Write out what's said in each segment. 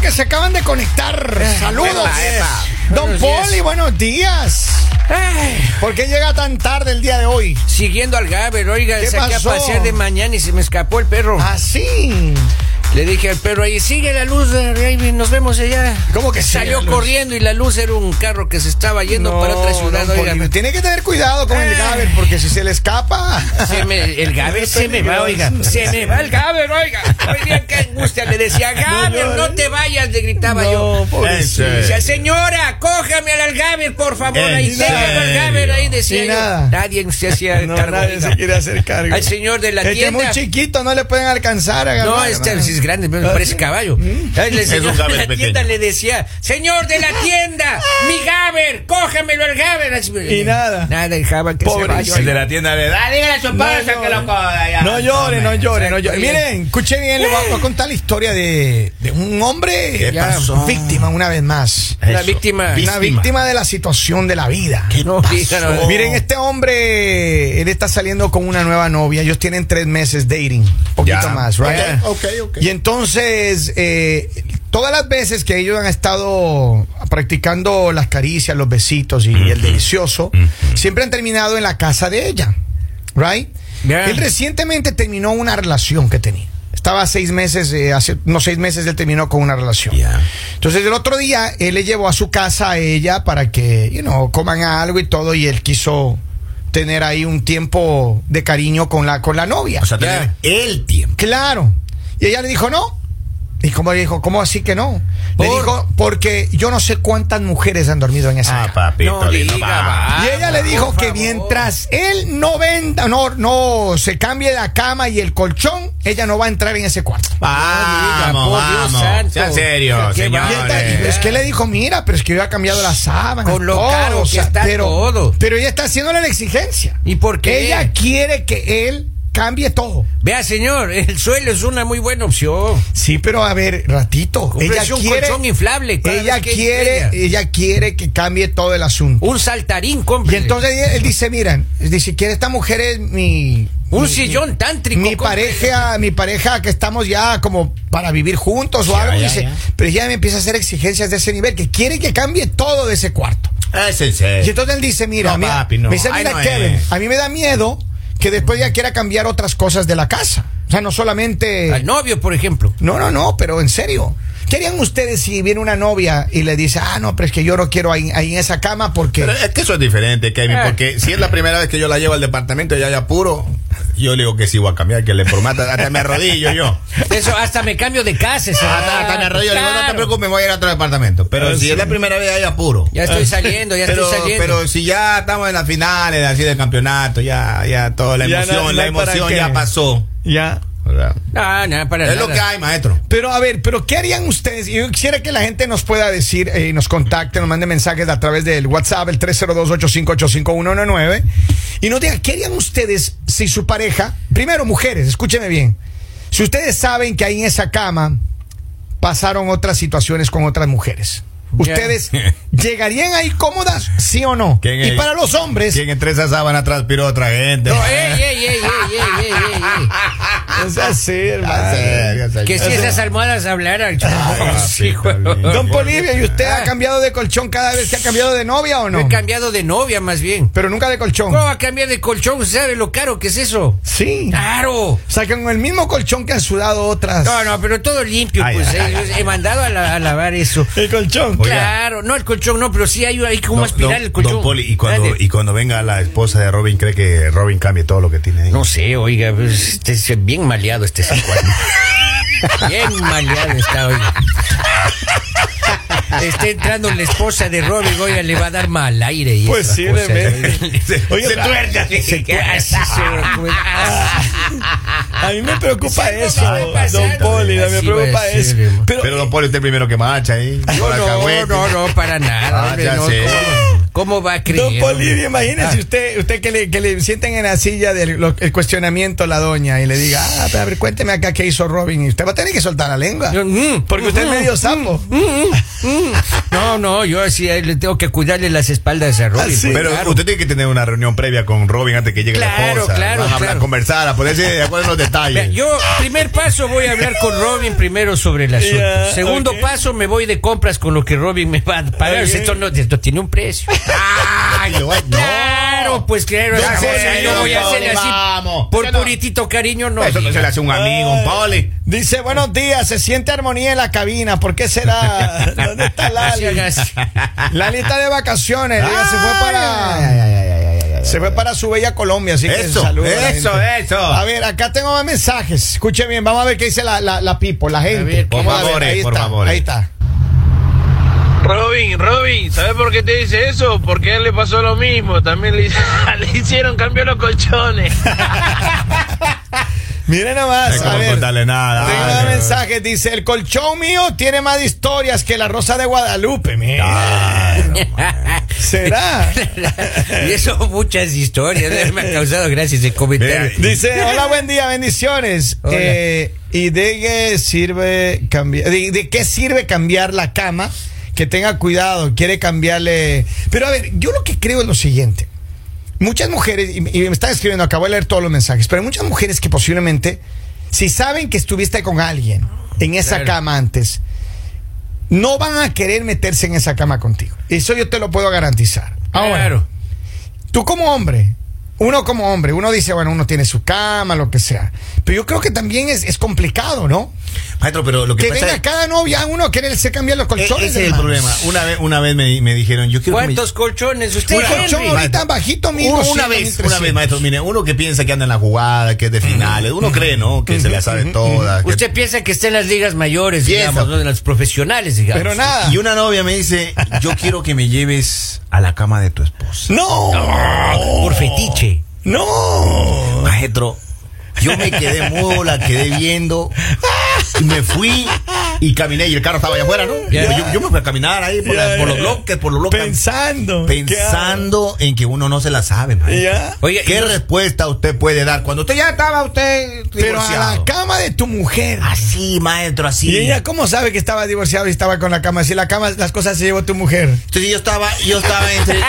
que se acaban de conectar. Saludos. epa, Eh, epa. Don Buenos Poli, días. Eh. buenos días. Ay, ¿Por qué llega tan tarde el día de hoy? siguiendo al Gaber, oiga, ¿Qué saqué pasó? Ah. a pasear de mañana y se me escapó el perro. Así. Le dije al perro ahí, sigue la luz, eh, ahí nos vemos allá. ¿Cómo que sigue Salió la luz? corriendo y la luz era un carro que se estaba yendo para otra ciudad, don oiga. Poli, Tiene que tener cuidado con el Eh. Gaber, porque si se le escapa. Se me- el Gaber Es se me peligroso. va, oiga. Se me va el Gaber, oiga. Oiga, qué angustia. Le decía, Gaber, no, te vayas, le gritaba yo. pobrecito. Le Decía, señora, cójame al Gaber, por favor. Ahí En déjalo al Gaber, ahí decía Y yo. nada. Nadie se hacía No, cargo. nadie oiga. se quiere hacer cargo. Al señor de la Es que es muy tienda. chiquito, no le pueden alcanzar a No, agarrar, este hermano. sí es grande, me parece caballo. Ah, Ay, le Es señor un Gaber de la pequeño. tienda le decía, señor de la tienda, mi Gaber, cójamelo al Gaber. Así, Y nada. Nada, dejaba que se vaya. Ah, El de la tienda de edad. dígale a su padre No que llore. lo coda ya. No llore, no llore, no llore. Exacto, Eh. Miren, escuché bien, le voy a- voy a contar la historia de, de un hombre ¿Qué ya, pasó? víctima una vez más. La Eso. víctima. Una víctima de la situación de la vida. No, dígalo. pasó? Miren, este hombre, él está saliendo con una nueva novia. Ellos tienen tres meses dating, poquito Ya. más, right? Ya. Ok, ok. Y entonces, eh, todas las veces que ellos han estado practicando las caricias, los besitos y, el delicioso, siempre han terminado en la casa de ella, right? Ya. Él recientemente terminó una relación que tenía. Estaba seis meses, eh, hace unos seis meses él terminó con una relación. Ya. Entonces el otro día él le llevó a su casa a ella para que, you know, coman algo y todo y él quiso tener ahí un tiempo de cariño con la con la novia. O sea, Ya. tener el tiempo. Claro. Y ella le dijo no. Y como le dijo, ¿cómo así que no? Le Por- dijo, porque yo no sé cuántas mujeres han dormido en esa Ah, cama. papito, No lindo, diga, va. Y ella le por dijo que favor. mientras él no venda, no, no se cambie la cama y el colchón, ella no va a entrar en ese cuarto. Vamos, por Dios santo. vamos. Sea serio, Qué señor. Y esta- y es que le dijo, mira, pero es que yo he cambiado las sábanas. eh. Con lo caro que está pero, todo. Pero ella está haciéndole la exigencia. ¿Y por qué? Ella quiere que él cambie todo. Vea, señor, el suelo es una muy buena opción. Sí, pero a ver, ratito. Cómprese ella un quiere, colchón inflable, cada Ella vez que quiere, ella. ella quiere que cambie todo el asunto. Un saltarín, Y compre. entonces él, él dice, miren, dice, quiere esta mujer es mi Un mi- sillón tántrico, Mi compre. pareja, mi pareja que estamos ya como para vivir juntos o Ya, algo. ya, dice, ya. pero ella me empieza a hacer exigencias de ese nivel que quiere que cambie todo de ese cuarto. Es en Y serio. entonces él dice, mira, Eh. No, mira, papi, no. me dice, Ay, mira, no Kevin, es. a mí me da miedo que después ya quiera cambiar otras cosas de la casa. O sea, no solamente... Al novio, por ejemplo. No, no, no, pero en serio. ¿Qué harían ustedes si viene una novia y le dice, ah, no, pero es que yo no quiero ahí, ahí en esa cama porque... Pero es que eso es diferente, Kevin, Ah. porque si es la primera vez que yo la llevo al departamento y ella ya puro, yo le digo que sí voy a cambiar, que le promata, hasta me arrodillo yo. Eso, hasta me cambio de casa. señor. Ah, Hasta, hasta me arrodillo, le digo, no te Claro. preocupes, voy a ir a otro departamento. Pero si es la primera vez, ya puro. Ya estoy saliendo, ya pero, estoy saliendo. pero si ya estamos en las finales así del campeonato, ya, ya toda la Ya emoción, no- no la hay para emoción qué. ya pasó. Ya. ¿verdad? No, no, para Es nada. lo que hay, maestro. Pero a ver, pero ¿qué harían ustedes? Yo quisiera que la gente nos pueda decir, eh, nos contacte, nos mande mensajes a través del WhatsApp, el 302-858-5119, y nos diga, ¿qué harían ustedes si su pareja, primero mujeres, escúcheme bien, si ustedes saben que ahí en esa cama pasaron otras situaciones con otras mujeres? Ya. ¿Ustedes llegarían ahí cómodas, sí o no? ¿Quién Y es? para los hombres, Quien entre esas sábanas transpiró otra gente. No, eh. ey, ey, ey, ey, ey, ey, ey, ey. es así, hermano. Que si esas almohadas hablaran. Ah, Sí, güey. Don Polivio, ¿y usted ha cambiado de colchón cada vez que ha cambiado de novia o no? He cambiado de novia más bien. Pero nunca de colchón. ¿Cómo va a cambiar de colchón? ¿Sabe lo caro que es eso? Sí. ¡Claro! O sea, que con el mismo colchón que han sudado otras. No, no, pero todo limpio, Ay, pues ay, eh, he mandado a, la- a lavar eso. El colchón. Oiga. Claro, no el colchón, no, pero sí hay, hay como aspirar el colchón. Don Poli, y cuando, Grande. y cuando venga la esposa de Robin, ¿cree que Robin cambie todo lo que tiene ahí? No sé, oiga, pues, este es bien maleado este secuano. bien maleado está, oiga. Está entrando la esposa de Robin, oiga, le va a dar mal aire. Y Pues esas cosas, oiga. se, Oiga, se tuerce así. Así se va, pues, A mí me preocupa Algo va pasando. Así va a ser, hermano. Pero, Pero Don Poli, usted primero que marcha ahí. por No, Alcahuete. no, no, para nada. Ah, hombre, ya no, sé. ¿cómo? ¿Cómo va a Don creer? Polivio, Ah. imagínese usted, usted que le, que le sienten en la silla del lo- el cuestionamiento la doña y le diga, ah, pero a ver, cuénteme acá qué hizo Robin. Y usted va a tener que soltar la lengua. Mm, Porque usted es mm, medio sapo. mm, mm. No, no, yo sí eh, le tengo que cuidarle las espaldas a Robin. Ah, sí. pues, Pero claro. usted tiene que tener una reunión previa con Robin antes que llegue la Claro, esposa. claro, Van a hablar, claro. conversar, a ponerse de acuerdo en los Vea, detalles. Yo, primer paso, voy a hablar con Robin primero sobre el asunto. Ya, Segundo ok. paso, me voy de compras con lo que Robin me va a pagar. Ok. Esto, no, esto tiene un precio. Ay, lo- no. Claro, pues claro. Ya vamos, sé, ahí no don voy a hacerle Poli, así. vamos. Por Ya no. puritito cariño, no. Eso no se le hace un amigo, un poli. Dice, buenos días, se siente armonía en la cabina. ¿Por qué será? ¿Dónde está Así Lali? hagas. Lali está de vacaciones. Diga, se fue Ay, ay, para. ay, ay, ay, ay, ay. Se fue para su bella Colombia, así que Eso, saluda a la eso, gente. eso. A ver, acá tengo más mensajes. Escuche bien, vamos a ver qué dice la, la, la people, la gente. ver, por Vamos a favores, ahí por está, favores. Ahí está. Robin, Robin, ¿sabes por qué te dice eso? Porque a él le pasó lo mismo. También le, le hicieron cambiar los colchones. Miren No hay nomás. como A ver. contarle nada. Tengo Ay, un no. mensaje, dice, el colchón mío tiene más historias que la rosa de Guadalupe. Mira. Claro. ¿Será? y eso muchas historias. Me ha causado gracias el comentario. Vea, Dice, hola, buen día, bendiciones. Hola. Eh, ¿Y de qué sirve cambiar? De, de qué sirve cambiar la cama? Que tenga cuidado, quiere cambiarle. Pero a ver, yo lo que creo es lo siguiente. Muchas mujeres, y, y me están escribiendo, acabo de leer todos los mensajes, pero hay muchas mujeres que posiblemente, si saben que estuviste con alguien en esa Claro. cama antes, no van a querer meterse en esa cama contigo. Eso yo te lo puedo garantizar. Ahora, Claro. Tú como hombre, uno como hombre, uno dice, bueno, uno tiene su cama, lo que sea. Pero yo creo que también es, es complicado, ¿no? Maestro, pero lo que, Que pasa venga es- cada novia, uno quiere se cambiar los e- colchones. ese es el hermano. problema. Una vez, una vez me, me dijeron, yo quiero que me- ¿Cuántos colchones? Usted, Un Henry? colchón ahorita bajito, mil Uno, una doscientos, vez, mil una vez, trescientos. maestro, mire, uno que piensa que anda en la jugada, que es de finales, uno cree, ¿no? Que se la sabe toda. que- Usted piensa que está en las ligas mayores, Piensa. digamos, ¿no? de las profesionales, digamos. Pero nada. Y una novia me dice, yo quiero que me lleves a la cama de tu esposa. No, Por fetiche. no. Maestro, yo me quedé mudo, la quedé viendo, y me fui y caminé, y el carro estaba allá afuera, ¿no? Ya. Yo- Yo, yo me fui a caminar ahí por, Ya, la- ya, por los ya. bloques, por los bloques. Pensando. pensando en que uno no se la sabe, ¿Qué maestro. hago? Ya. Oiga, ¿Qué y no- respuesta usted puede dar cuando usted ya estaba usted Pero a la divorciado? cama de tu mujer. Así, maestro, así. ¿Y ella cómo sabe que estaba divorciado y estaba con la cama? Si la cama, las cosas se llevó tu mujer. Entonces yo estaba, yo estaba entre,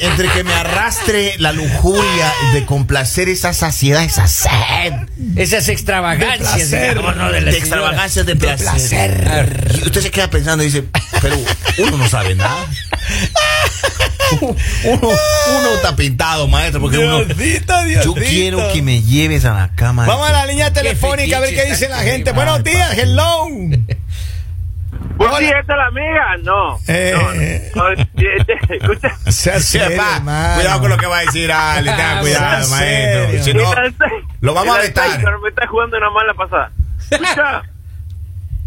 entre que me arrastre la lujuria de complacer esa saciedad, esa sed. Eh, esas extravagancias, De placer. digamos, ¿no? de la de señora. extravagancias de placer. placer. Y usted se queda pensando y dice, pero uno no sabe nada. Uno, uno está pintado, maestro, porque uno. Diosito, Yo Diosito. quiero que me lleves a la cama. de Vamos a la línea telefónica a ver qué fetiche dice tan la gente. terrible. Buenos días, hello. ¿Por qué esta es la amiga? No. Eh. no, no. No, Escucha. Sea Sí, serio, pa, hermano. cuidado con lo que va a decir, Ale, tenga Ah, cuidado, sea maestro. serio. Si no, El Alzheimer- lo vamos a el vetar. Alzheimer Me está jugando una mala pasada. Escucha.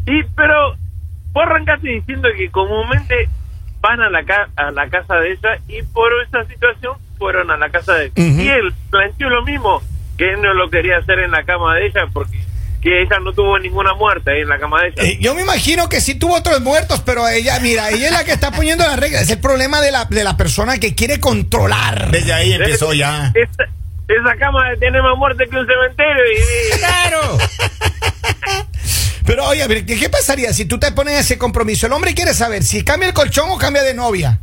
Y, pero, vos arrancaste diciendo que comúnmente van a la, ca- a la casa de ella y por esa situación fueron a la casa de él. Ujú. Y él planteó lo mismo, que él no lo quería hacer en la cama de ella porque que ella no tuvo ninguna muerte ahí en la cama de ella. Eh, Yo me imagino que sí tuvo otros muertos, pero ella, mira, ella es la que está poniendo las reglas. Es el problema de la, de la persona que quiere controlar. Desde ahí empezó ya. Esa, esa cama de tener más muerte que un cementerio y... y- Claro. Pero oye, a ver, ¿qué qué pasaría si tú te pones ese compromiso? El hombre quiere saber si cambia el colchón o cambia de novia.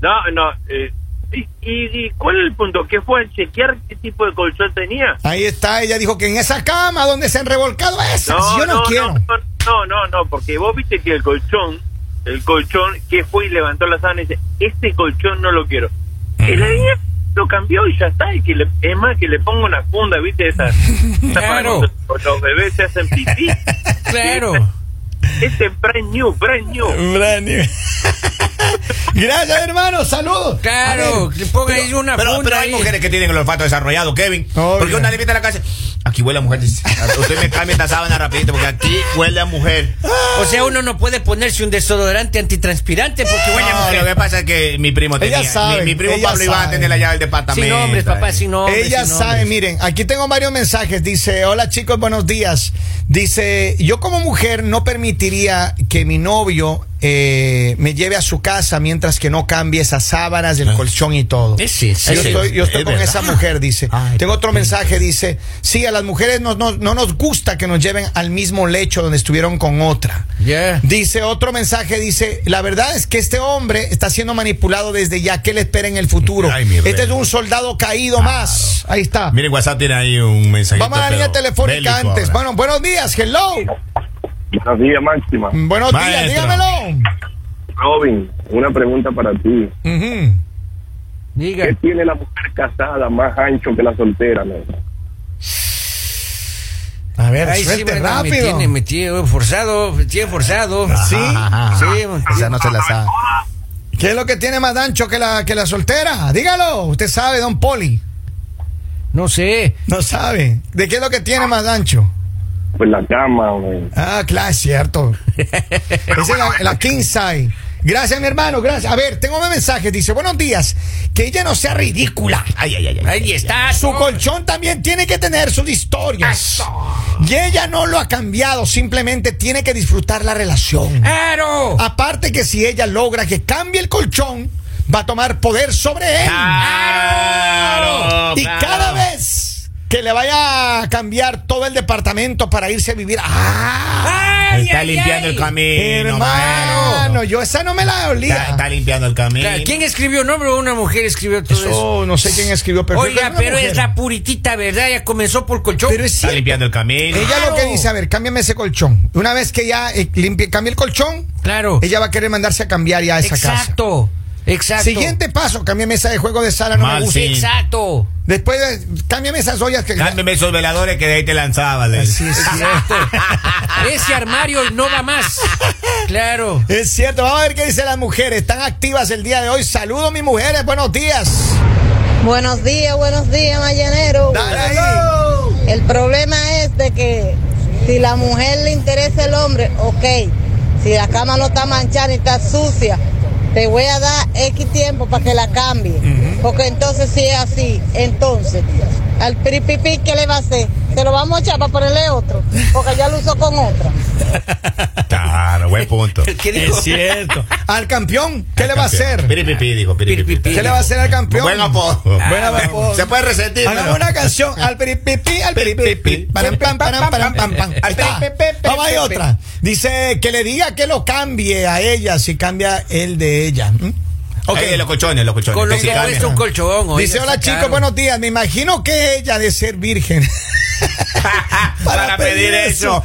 No, no. eh, y, y- y cuál es el punto? ¿Qué fue? ¿Chequear qué tipo de colchón tenía? Ahí está, ella dijo que en esa cama donde se han revolcado esas, yo no, quiero. No, no, no, no, porque vos viste que el colchón, el colchón que fue y levantó la sábana y dice, este colchón no lo quiero. Y la niña lo cambió y ya está. Y que le, es más, que le pongo una funda, viste, esas. esas para Claro. cuando los, bebés se hacen pipí. Claro. Este es brand new, brand new. Gracias, hermano, saludos. Claro. A ver, Que ponga ahí una Pero, funda pero hay ahí. mujeres que tienen el olfato desarrollado, Kevin. Obvio. Porque una le invita a la casa. Aquí huele a mujer. dice. Usted me cambia esta sábana rapidito porque aquí huele a mujer. O sea, uno no puede ponerse un desodorante antitranspirante porque huele a No, mujer. lo que pasa es que mi primo Ella tenía. sabe, mi, mi primo ella Pablo Iván sabe. tenía la llave del departamento. Sin nombres, papá, sin nombres. Ella sin sabe, nombres. miren, aquí tengo varios mensajes. Dice, hola chicos, buenos días. Dice, yo como mujer no permitiría que mi novio eh, me lleve a su casa mientras que no cambie esas sábanas, el Ah. colchón y todo. Es- sí, sí, yo sí, estoy, yo es estoy con verdad. esa mujer, dice. Ay, Tengo otro mensaje, dice, sí, a las mujeres no, no- no nos gusta que nos lleven al mismo lecho donde estuvieron con otra. Yeah. Dice otro mensaje, dice, la verdad es que este hombre está siendo manipulado desde ya, ¿qué le espera en el futuro? Ay, mi este rey. es un soldado caído más. Ahí está. Miren, WhatsApp tiene ahí un mensaje. Vamos a la línea telefónica antes. Bueno, buenos días, hello. Buenos días, Máxima. Buenos días, Maestro. dígamelo. Robin, una pregunta para ti. Ujú. Diga. ¿Qué tiene la mujer casada más ancho que la soltera, no? A ver, Ay, sí, suelte bueno, Me rápido. tiene, me tiene forzado, me tiene forzado. Sí. Sí. Esa no se la sabe. ¿Qué es lo que tiene más ancho que la, que la soltera? Dígalo, usted sabe, don Poli. No sé. No sabe. ¿De qué es lo que tiene más ancho? Pues la cama, güey. Ah, claro, es cierto. Esa es la, la King Size. Gracias, mi hermano, gracias. A ver, tengo un mensaje. Dice, buenos días. Que ella no sea ridícula. Ay, ay, ay. ay. Ahí está. Su colchón también tiene que tener sus historias. Y ella no lo ha cambiado, simplemente tiene que disfrutar la relación. Eh. ¡Claro! Aparte que si ella logra que cambie el colchón, va a tomar poder sobre él. Claro, Y claro. cada vez que le vaya a cambiar todo el departamento para irse a vivir. ¡Ah! Ay, Está ay, limpiando ay. el camino. Hermano, maestro. yo esa no me la Está, olía. está limpiando el camino. Claro, ¿Quién escribió? ¿No, hombre? Una mujer escribió todo eso. Eso Oh, no sé quién escribió, pero creo que Oiga, una pero mujer. es la puritita, ¿verdad? Ya comenzó por colchón. Pero es Está cierto. limpiando el camino. Ella lo Claro. que dice, a ver, cámbiame ese colchón. Una vez que ya eh, limpie, cambie el colchón, Claro. ella va a querer mandarse a cambiar ya esa casa. exacto. Exacto. Siguiente paso, cámbiame esa de juego de sala, no Mal, me gusta. sí. Exacto. Después, de- cámbiame esas ollas que... Cámbiame esos veladores que de ahí te lanzaba. le dice. Sí, es cierto. Ese armario no va más. Claro. Es cierto, vamos a ver qué dicen las mujeres. Están activas el día de hoy. Saludos, mis mujeres. Buenos días. Buenos días, buenos días, Mayanero. Dale ahí. El problema es de que si la mujer le interesa el hombre, ok. Si la cama no está manchada ni está sucia, te voy a dar X tiempo para que la cambie. Porque entonces si es así, entonces, al piripipi, ¿qué le va a hacer? Se lo vamos a echar para ponerle otro, porque ya lo usó con otra. Claro, buen punto. ¿Qué dijo? Es cierto. Al campeón, ¿qué le va a Campeón. hacer? Piripipi, dijo. Piripipi. Piripipi. ¿Qué le va a hacer al campeón? Buen apodo. Ah, Buen apodo. Se puede resentir. Hagamos pero- una canción. Al piripipi, al piripipi. Param, pam, param, param, pam, pam. Ahí está. Vamos, hay otra. Dice que le diga que lo cambie a ella si cambia el de ella. ¿Mm? Ok. Ahí, los colchones, los colchones. Con lo Que sí que cambien. cuesta un colchón. oiga, Dice, hola está chicos, caro. buenos días. Me imagino que ella de ser virgen. Para, pedir eso.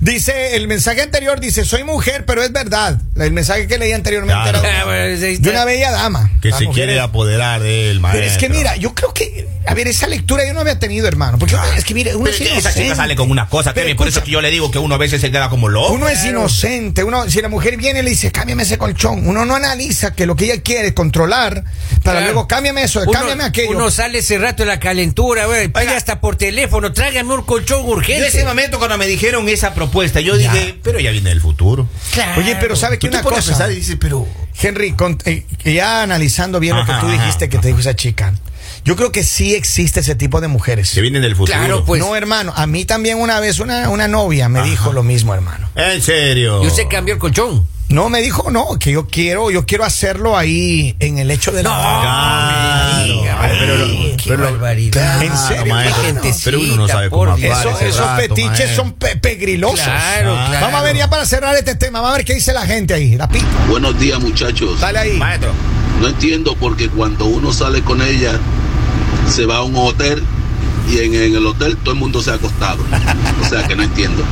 Dice, el mensaje anterior dice, soy mujer, pero es verdad. El mensaje que leí anteriormente Claro. Ah, era bueno, ahí de está. una bella dama. Que La se mujer quiere es- apoderar de él, maestro. Pero es que mira, yo creo que, a ver, esa lectura yo no había tenido, hermano. Porque uno- es que mira, uno Pero es es que esa inocente. chica sale con unas cosas, Pero Kevin. Por eso escucha. es que yo le digo que uno a veces se queda como loco. Uno es inocente, uno, si la mujer viene y le dice, cámbiame ese colchón, uno no analiza que lo que ella quiere es controlar, para Claro. luego cámbiame eso, Uno- cámbiame aquello. Uno sale ese rato de la calentura, güey. Pide hasta por teléfono, tráigame un colchón En urgente. ese momento cuando me dijeron esa propuesta, yo dije, pero ya viene del futuro. Claro. Oye, pero ¿sabe qué Tú te una pones a cosa? pensar y dices, pero... Henry, con- eh, que ya analizando bien lo Ajá, que tú ajá, dijiste que te dijo esa chica, yo creo que sí existe ese tipo de mujeres. Se vienen del futuro. Claro, pues. no, hermano, a mí también una vez una, una novia me dijo lo mismo, hermano. En serio. Y usted cambió el colchón. No, me dijo no, que yo quiero, yo quiero hacerlo ahí en el hecho de la... Claro. Ay, pero lo- Ay, qué pero lo- barbaridad. En serio, maestro. qué gentecita, pero uno no sabe por cómo Dios. actuar. Eso- ese esos rato, fetiches maestro. son pe- pegrilosos. Claro, Ah. claro. Vamos a ver ya para cerrar este tema, vamos a ver qué dice la gente ahí. La pi- Buenos días muchachos. Dale ahí. Maestro. No entiendo porque cuando uno sale con ella, se va a un hotel y en, en el hotel todo el mundo se ha acostado. O sea que no entiendo.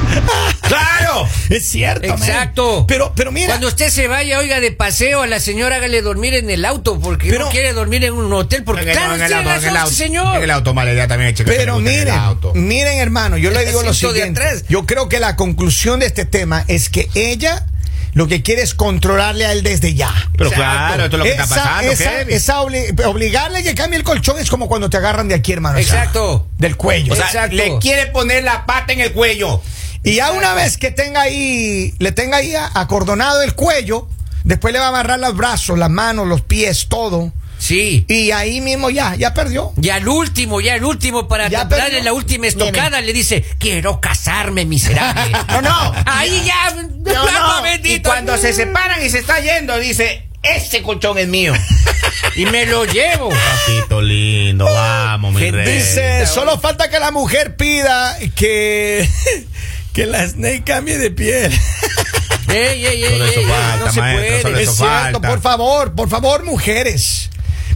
¡Claro! Es cierto. man. Exacto. Pero, pero mira. Cuando usted se vaya, oiga, de paseo, a la señora hágale dormir en el auto, porque Pero- no quiere dormir en un hotel, porque En el- claro, en sí, el a auto, las en el once, auto. En señor. el auto, mala idea también, chica, Pero que le gusta en el miren, mm, auto. miren hermano, yo le El digo lo asiento Este de atrás. siguiente. Yo creo que la conclusión de este tema es que ella lo que quiere es controlarle a él desde ya. Pero Exacto. claro, esto es lo que está pasando, esa- Kevin. esa obli- obligarle que cambie el colchón es como cuando te agarran de aquí, hermano. o sea, Exacto. del cuello. O sea, Exacto. le quiere poner la pata en el cuello. Y ya una vez que tenga ahí, le tenga ahí acordonado el cuello, después le va a amarrar los brazos, las manos, los pies, todo. Sí. Y ahí mismo ya, ya perdió. Y al último, ya al último, para Ya darle perdió. la última estocada, le dice, quiero casarme, miserable. No, no. Ahí ya, No, plato no. bendito. Y cuando se separan y se está yendo, dice, este colchón es mío. Y me lo llevo. Papito lindo, vamos, mi Gente, rey. Dice, solo falta que la mujer pida que, que la Snake cambie de piel. Ey, ey, ey, Solo eso ey, falta, no se maestro, solo puede. Es eso cierto, falta. por favor, por favor, mujeres.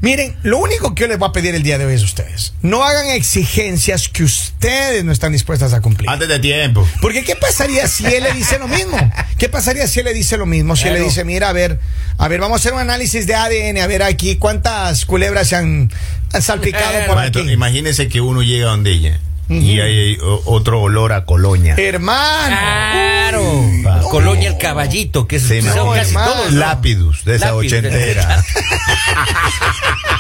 Miren, lo único que yo les voy a pedir el día de hoy es a ustedes. No hagan exigencias que ustedes no están dispuestas a cumplir. Antes de tiempo. Porque ¿qué pasaría si él le dice lo mismo? ¿Qué pasaría si él le dice lo mismo? Si él le Claro. dice, mira, a ver, a ver, vamos a hacer un análisis de ADN, a ver aquí cuántas culebras se han, han salpicado por Maestro, aquí. imagínese que uno llega donde ella y hay o- otro olor a colonia. Eh, Hermano. Claro. Uy, papá. Colonia el caballito, que es Se me son no, ocurre. casi hermano. todos. ¿no? Lápidus de esa Lápidus de la ochentera.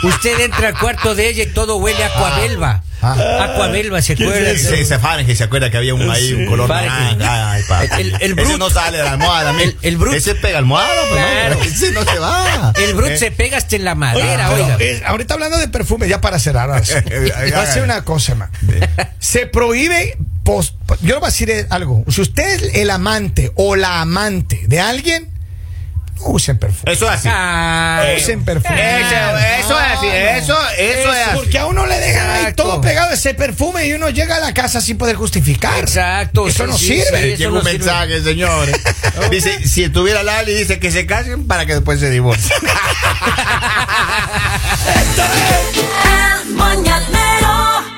Usted entra al cuarto de ella y todo huele a acuabelva. Ah. Acuabelva, ¿se acuerda? Se, se, se faran que se acuerda que había un, ahí un color Faran. naranja. Ay, papá. El- el Ese Brut. no sale de la almohada. mire. El- el Brut. Ese pega almohada, pues, no, Claro. Ese no se va. El brut Eh, se pega hasta en la Oye, madera, pero, oiga. eh, ahorita hablando de perfume, ya para cerrar. ahora sí. Voy a hacer una cosa, man. Se prohíbe. pos- yo le voy a decir eh, algo. Si usted es el amante o la amante de alguien, no usen perfume. Eso es así. Ah, No usen perfume. Eso, eso es así. Eso, eso es así. Porque a uno le dejan ahí Exacto. todo pegado ese perfume y uno llega a la casa sin poder justificar. Exacto, Eso sí, no sí, sirve. sí. Eh, eso Llega no un sirve. mensaje, señores. Dice, si estuviera Lali, dice que se casen para que después se divorcien. El mañanero